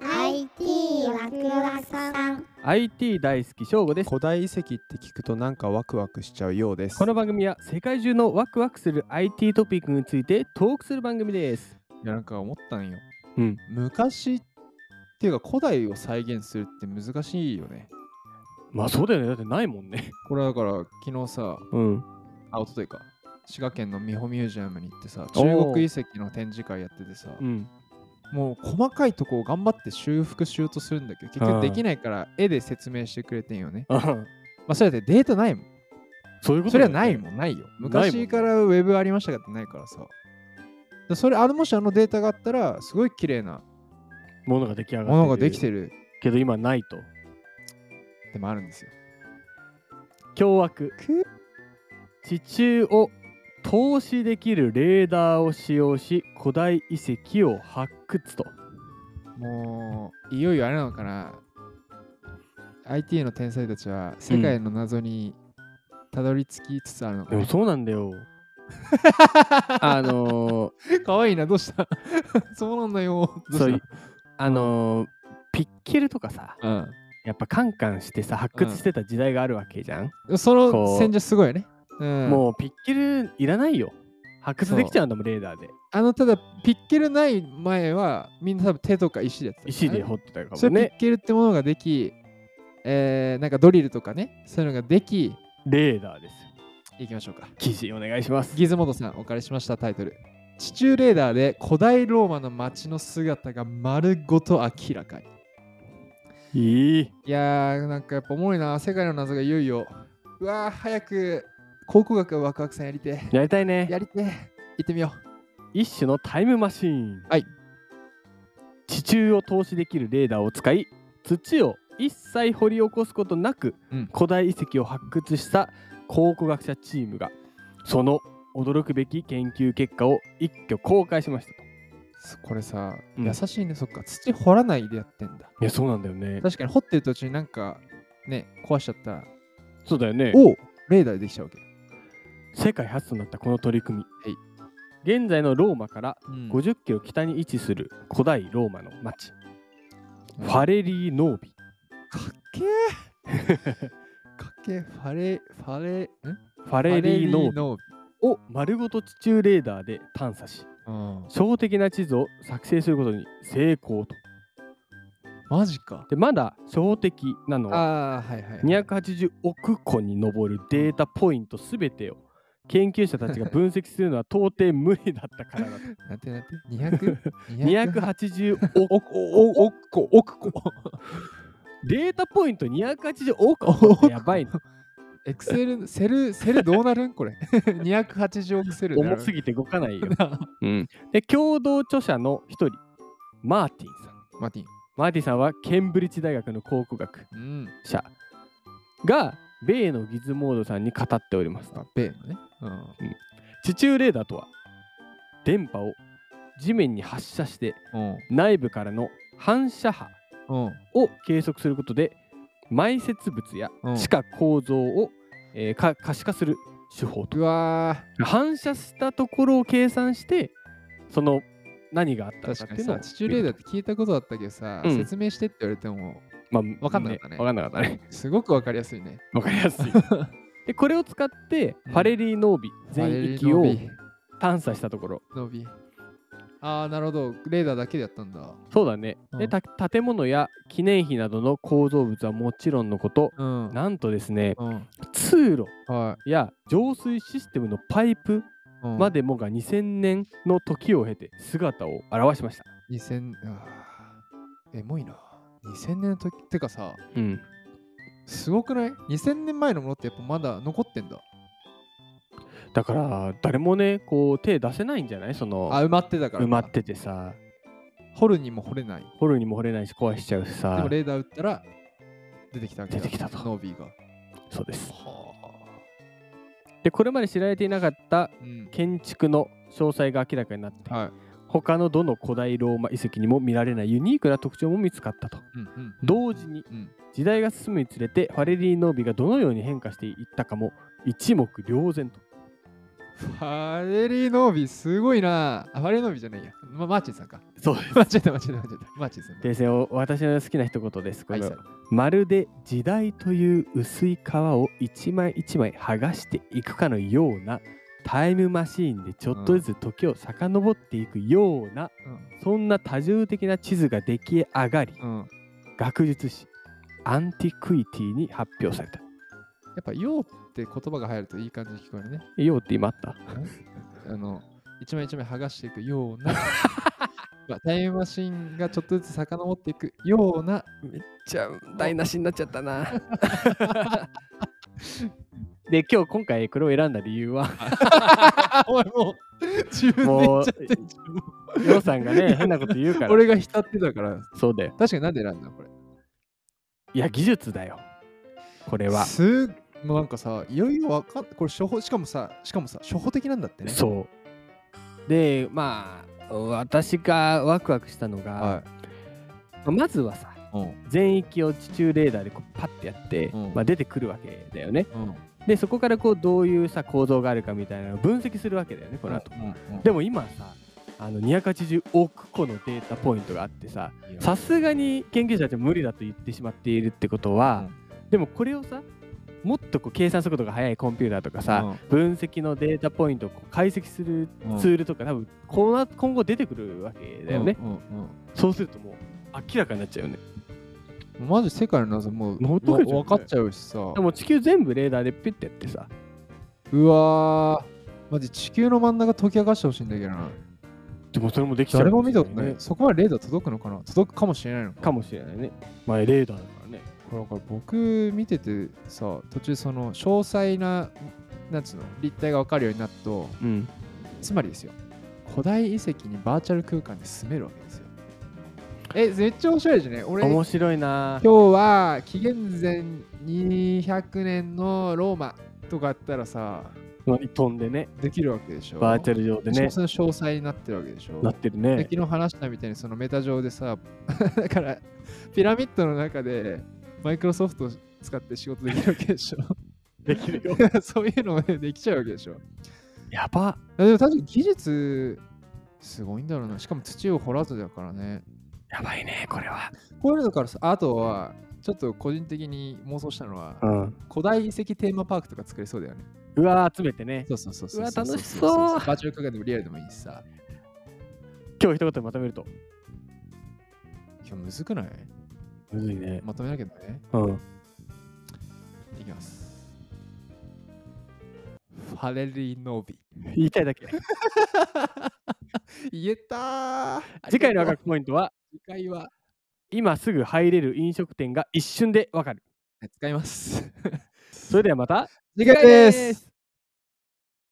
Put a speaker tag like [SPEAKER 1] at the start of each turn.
[SPEAKER 1] IT ワクワクさん
[SPEAKER 2] IT 大好き翔 吾です
[SPEAKER 3] 古代遺跡って聞くとなんかワクワクしちゃうようです
[SPEAKER 2] この番組は世界中のワクワクする IT トピックについてトークする番組です
[SPEAKER 3] いやなんか思ったんよ、
[SPEAKER 2] うん、
[SPEAKER 3] 昔っていうか古代を再現するって難しいよね
[SPEAKER 2] まあそうだよねだってないもんね
[SPEAKER 3] これだから昨日さ
[SPEAKER 2] うん
[SPEAKER 3] あおとといか滋賀県の美保ミュージアムに行ってさ
[SPEAKER 2] おー
[SPEAKER 3] 中国遺跡の展示会やっててさ
[SPEAKER 2] うん
[SPEAKER 3] もう細かいとこを頑張って修復しようとするんだけど結
[SPEAKER 2] あー
[SPEAKER 3] 局できないから絵で説明してくれてんよね
[SPEAKER 2] あは
[SPEAKER 3] まあそれだってデータないもん
[SPEAKER 2] そういうこと
[SPEAKER 3] そ
[SPEAKER 2] だ
[SPEAKER 3] れ
[SPEAKER 2] よ
[SPEAKER 3] は
[SPEAKER 2] ね
[SPEAKER 3] ないもん、ないよ。
[SPEAKER 2] ないもんね
[SPEAKER 3] 昔からウェブありましたがってないからさ。でそれあのもしあのデータがあったら、すごい綺麗な
[SPEAKER 2] ものが出来上がって
[SPEAKER 3] ものができて
[SPEAKER 2] る
[SPEAKER 3] る
[SPEAKER 2] けど今ないと
[SPEAKER 3] でもあるんですよ。
[SPEAKER 2] 凶悪地中を透視できるレーダーを使用し古代遺跡を発掘と
[SPEAKER 3] もう、いよいよあれなのかな。IT の天才たちは世界の謎にたどり着きつつあるのか
[SPEAKER 2] で
[SPEAKER 3] な。
[SPEAKER 2] も そうなんだよ あのー、
[SPEAKER 3] かわいいな、どうした そうなんだよ。どう
[SPEAKER 2] そう
[SPEAKER 3] し
[SPEAKER 2] いあのーピッケルとかさ
[SPEAKER 3] たうん
[SPEAKER 2] やっぱカンカンしてさ発掘してた時代があるわけじゃん、
[SPEAKER 3] そ
[SPEAKER 2] こ
[SPEAKER 3] の
[SPEAKER 2] う
[SPEAKER 3] 戦術すごいよね。うん、
[SPEAKER 2] もうピッケルいらないよ発掘できちゃうんだもんレーダーで
[SPEAKER 3] あのただピッケルない前はみんな多分手とか石でやってたからね
[SPEAKER 2] 石で掘ってたか
[SPEAKER 3] そ
[SPEAKER 2] も
[SPEAKER 3] れピ
[SPEAKER 2] ね
[SPEAKER 3] ッケルってものができ、えー、なんかドリルとかね、そういうのができ、
[SPEAKER 2] レーダーですよ
[SPEAKER 3] いきましょうか。
[SPEAKER 2] 記事お願いします
[SPEAKER 3] ギズモードさん、お借りしましたタイトル。地中レーダーで古代ローマの街の姿が丸ごと明らかに。
[SPEAKER 2] いい
[SPEAKER 3] いやー、なんかやっぱおもろいな、世界の謎がいよいよ。うわー、早く考古学ワクワクさんやりて
[SPEAKER 2] やりたい
[SPEAKER 3] え。
[SPEAKER 2] ね
[SPEAKER 3] やりてえ。行ってみよ
[SPEAKER 2] 一種のタイムマシーン
[SPEAKER 3] はい
[SPEAKER 2] 地中を透視できるレーダーを使い土を一切掘り起こすことなく、
[SPEAKER 3] うん
[SPEAKER 2] 古代遺跡を発掘した考古学者チームがその驚くべき研究結果を一挙公開しましたと
[SPEAKER 3] う。これさ、
[SPEAKER 2] うん
[SPEAKER 3] 優しいね、そっか。土掘らないでやってんだ。
[SPEAKER 2] いやそうなんだよね
[SPEAKER 3] 確かに掘ってる途中になんかね、壊しちゃったら、
[SPEAKER 2] そうだよね
[SPEAKER 3] おうレーダーでできちゃうわけ。
[SPEAKER 2] 世界初となったこの取り組み、現在のローマから
[SPEAKER 3] うん
[SPEAKER 2] 50キロ北に位置する古代ローマの町、ファレリーノービ
[SPEAKER 3] かっけ えかっけえファレファレん
[SPEAKER 2] ファ
[SPEAKER 3] フ
[SPEAKER 2] レリーノービ
[SPEAKER 3] ノー
[SPEAKER 2] を丸ごと地中レーダーで探査し
[SPEAKER 3] ビうん
[SPEAKER 2] 小的な地図を作成することに成功と
[SPEAKER 3] マジか
[SPEAKER 2] でまだ小的なのは
[SPEAKER 3] ああはいはい
[SPEAKER 2] 280億個に上るデータポイント全てを研究者たちが分析するのは到底無理だったからだと
[SPEAKER 3] なんてなんて 200?
[SPEAKER 2] 280
[SPEAKER 3] お
[SPEAKER 2] 億
[SPEAKER 3] おおっこおっこ
[SPEAKER 2] データポイント280億個ってやばいね
[SPEAKER 3] エクセルセルセルどうなるんこれ 280億セル
[SPEAKER 2] 重す
[SPEAKER 3] ぎ。
[SPEAKER 2] ぎて動かないよ
[SPEAKER 3] マ
[SPEAKER 2] で共同著者の一人マーティンさん。
[SPEAKER 3] ーティン
[SPEAKER 2] マーティンさんはケンブリッジ大学の考古学
[SPEAKER 3] うん
[SPEAKER 2] 者が米のギズモードさんに語っております。
[SPEAKER 3] あベーのねうん
[SPEAKER 2] 地中レーダーとは電波を地面に発射して内部からの反射波
[SPEAKER 3] うんうん
[SPEAKER 2] を計測することで埋設物や
[SPEAKER 3] うん
[SPEAKER 2] 地下構造を、えーか可視化する手法と
[SPEAKER 3] うわ
[SPEAKER 2] 反射したところを計算してその何があっ
[SPEAKER 3] ー
[SPEAKER 2] たのか
[SPEAKER 3] 確
[SPEAKER 2] っ
[SPEAKER 3] か
[SPEAKER 2] ていう
[SPEAKER 3] に
[SPEAKER 2] のを
[SPEAKER 3] さ地中レーダーって聞いたことだったけどさ、
[SPEAKER 2] うん
[SPEAKER 3] 説明してって言われても
[SPEAKER 2] まあ、
[SPEAKER 3] わかんなかったね
[SPEAKER 2] わかんなかったね。
[SPEAKER 3] すごくわかりやすいね
[SPEAKER 2] わかりやすい。 で、これを使って、
[SPEAKER 3] うん
[SPEAKER 2] ファレリーノービ全域を
[SPEAKER 3] ファレリノビ
[SPEAKER 2] 探査したところ、
[SPEAKER 3] 伸びああなるほどレーダーだけでやったんだ
[SPEAKER 2] そうだね。
[SPEAKER 3] うん
[SPEAKER 2] で、た建物や記念碑などの構造物はもちろんのこと、
[SPEAKER 3] うん
[SPEAKER 2] なんとですね、
[SPEAKER 3] うん
[SPEAKER 2] 通路
[SPEAKER 3] は
[SPEAKER 2] や浄水システムのパイプ
[SPEAKER 3] い、うん
[SPEAKER 2] までもが2000年の時を経て姿を現しました。
[SPEAKER 3] 2000あーエモいな2000年の時ってかさ
[SPEAKER 2] うん。
[SPEAKER 3] すごくない ?2000 年前のものってやっぱまだ残ってんだ
[SPEAKER 2] だから、誰もね、こう、手出せないんじゃないその、
[SPEAKER 3] あ埋まってたから
[SPEAKER 2] 埋
[SPEAKER 3] か
[SPEAKER 2] まっててさ、
[SPEAKER 3] 掘るにも掘れない
[SPEAKER 2] 掘るにも掘れないし壊しちゃうし
[SPEAKER 3] で
[SPEAKER 2] さ
[SPEAKER 3] も、レーダー打ったら出てきたわけだ
[SPEAKER 2] 出てきたと
[SPEAKER 3] ノービーが
[SPEAKER 2] そうです。
[SPEAKER 3] はあ
[SPEAKER 2] で、これまで知られていなかった
[SPEAKER 3] うん
[SPEAKER 2] 建築の詳細が明らかになって、
[SPEAKER 3] はい
[SPEAKER 2] 他のどの古代ローマ遺跡にも見られないユニークな特徴も見つかったと
[SPEAKER 3] うんうん
[SPEAKER 2] 同時に
[SPEAKER 3] うん
[SPEAKER 2] 時代が進むにつれてファレリー・ノービがどのように変化していったかも一目瞭然と
[SPEAKER 3] ファレリー・ノービーすごいなあファレリー・ノービーじゃないや、ま、マーチンさんか
[SPEAKER 2] そうです
[SPEAKER 3] 間違えた間違えた間違えたマーチンさんだ
[SPEAKER 2] ですねお私の好きな一言ですこ
[SPEAKER 3] はい
[SPEAKER 2] れ
[SPEAKER 3] さ
[SPEAKER 2] は、
[SPEAKER 3] い
[SPEAKER 2] まるで時代という薄い皮を一枚一枚剥がしていくかのようなタイムマシーンでちょっとずつ時を遡っていくような、そんな多重的な地図が出来上がり、
[SPEAKER 3] うん、うん、や
[SPEAKER 2] 学術誌アンティクイティに発表された。
[SPEAKER 3] っぱ「よう」って言葉が入るといい感じに聞こえるね
[SPEAKER 2] ようって今あった
[SPEAKER 3] あの一枚一枚剥がしていくよう なまあタイムマシンがちょっとずつ遡っていくような
[SPEAKER 2] じゃあ台無しになっちゃったな。 で今日今回これを選んだ理由は
[SPEAKER 3] お前もう自分で言っちゃってんじゃん
[SPEAKER 2] ようさんが ね変なこと言うから
[SPEAKER 3] 俺が浸ってたから
[SPEAKER 2] そうだよ
[SPEAKER 3] 確かになんで選んだのこれ
[SPEAKER 2] いや技術だよこれは
[SPEAKER 3] すもうなんかさいよいよわかんこれ初歩しかもさしかもさ初歩的なんだってねう
[SPEAKER 2] そうでまあ私がワクワクしたのが、
[SPEAKER 3] は
[SPEAKER 2] まずはさ
[SPEAKER 3] いうん
[SPEAKER 2] 全域を地中レーダーでこうパッてやって、
[SPEAKER 3] うん
[SPEAKER 2] まあ、出てくるわけだよね
[SPEAKER 3] うん
[SPEAKER 2] でそこからこうどういうさ構造があるかみたいなのを分析するわけだよねこの後、
[SPEAKER 3] うん
[SPEAKER 2] でも今さあの280億個のデータポイントがあってさ
[SPEAKER 3] いや
[SPEAKER 2] さすがに研究者たちは無理だと言ってしまっているってことは、でもこれをさもっとこう計算速度が速いコンピューターとかさ、分析のデータポイントをこう解析する
[SPEAKER 3] うん
[SPEAKER 2] ツールとか、多分この今後出てくるわけだよね、
[SPEAKER 3] うんうん
[SPEAKER 2] そうするともう明らかになっちゃうよね
[SPEAKER 3] うんマジ世界の謎もう
[SPEAKER 2] もう解けちゃうね
[SPEAKER 3] わ分かっちゃうしさ
[SPEAKER 2] でも地球全部レーダーでピュッてやってさ
[SPEAKER 3] うわーマジ地球の真ん中解き明かしてほしいんだけどな
[SPEAKER 2] でもそれもできちゃう
[SPEAKER 3] 誰
[SPEAKER 2] か
[SPEAKER 3] も
[SPEAKER 2] しれ
[SPEAKER 3] 見た
[SPEAKER 2] い
[SPEAKER 3] こと
[SPEAKER 2] ね
[SPEAKER 3] ないそこまでレーダー届くのかな届くかもしれないのか
[SPEAKER 2] かもしれないねまあレーダーだからね
[SPEAKER 3] これこれ僕見ててさ途中その詳細ななんつうの立体が分かるようになっと
[SPEAKER 2] うん
[SPEAKER 3] つまりですよ古代遺跡にバーチャル空間で住めるわけですよえめっちゃ面白いじゃね俺今
[SPEAKER 2] 面白いな
[SPEAKER 3] 日は紀元前200年のローマとかあったらさ
[SPEAKER 2] 飛んでね
[SPEAKER 3] できるわけでしょ
[SPEAKER 2] バーチャ
[SPEAKER 3] ル
[SPEAKER 2] ル上で
[SPEAKER 3] ね
[SPEAKER 2] ね
[SPEAKER 3] その詳細になってるわけでしょ
[SPEAKER 2] なってる
[SPEAKER 3] で
[SPEAKER 2] ね
[SPEAKER 3] 昨日話したみたいにそのメタ上でさ だからピラミッドの中でマイクロソフトを使って仕事できるわけで しょ
[SPEAKER 2] できるよ
[SPEAKER 3] そういうのもねできちゃうわけでしょ
[SPEAKER 2] やば
[SPEAKER 3] でも確かに技術すごいんだろうなしかも土を掘らずだからね
[SPEAKER 2] やばいねこれは
[SPEAKER 3] こういうのだからさあとはちょっと個人的に妄想したのは、
[SPEAKER 2] うん
[SPEAKER 3] 古代遺跡テーマパークとか作れそうだよね
[SPEAKER 2] うわー集めてね
[SPEAKER 3] そうそうそうそう
[SPEAKER 2] うわ
[SPEAKER 3] そう
[SPEAKER 2] 楽しそう
[SPEAKER 3] バーチャル空間でもリアルでもいいしさ
[SPEAKER 2] 今日一言でまとめると
[SPEAKER 3] 今日むずくない
[SPEAKER 2] むずいね
[SPEAKER 3] まとめなきゃだね
[SPEAKER 2] うん
[SPEAKER 3] いきます。ファレリー・ノービ。
[SPEAKER 2] 言いたいだけ
[SPEAKER 3] 言えたー
[SPEAKER 2] 次回のワクワ
[SPEAKER 3] ありがと
[SPEAKER 2] クポイントは
[SPEAKER 3] う次回は、
[SPEAKER 2] 今すぐ入れる飲食店が一瞬でわかる
[SPEAKER 3] 使います。
[SPEAKER 2] それではまた
[SPEAKER 3] 次回です
[SPEAKER 2] す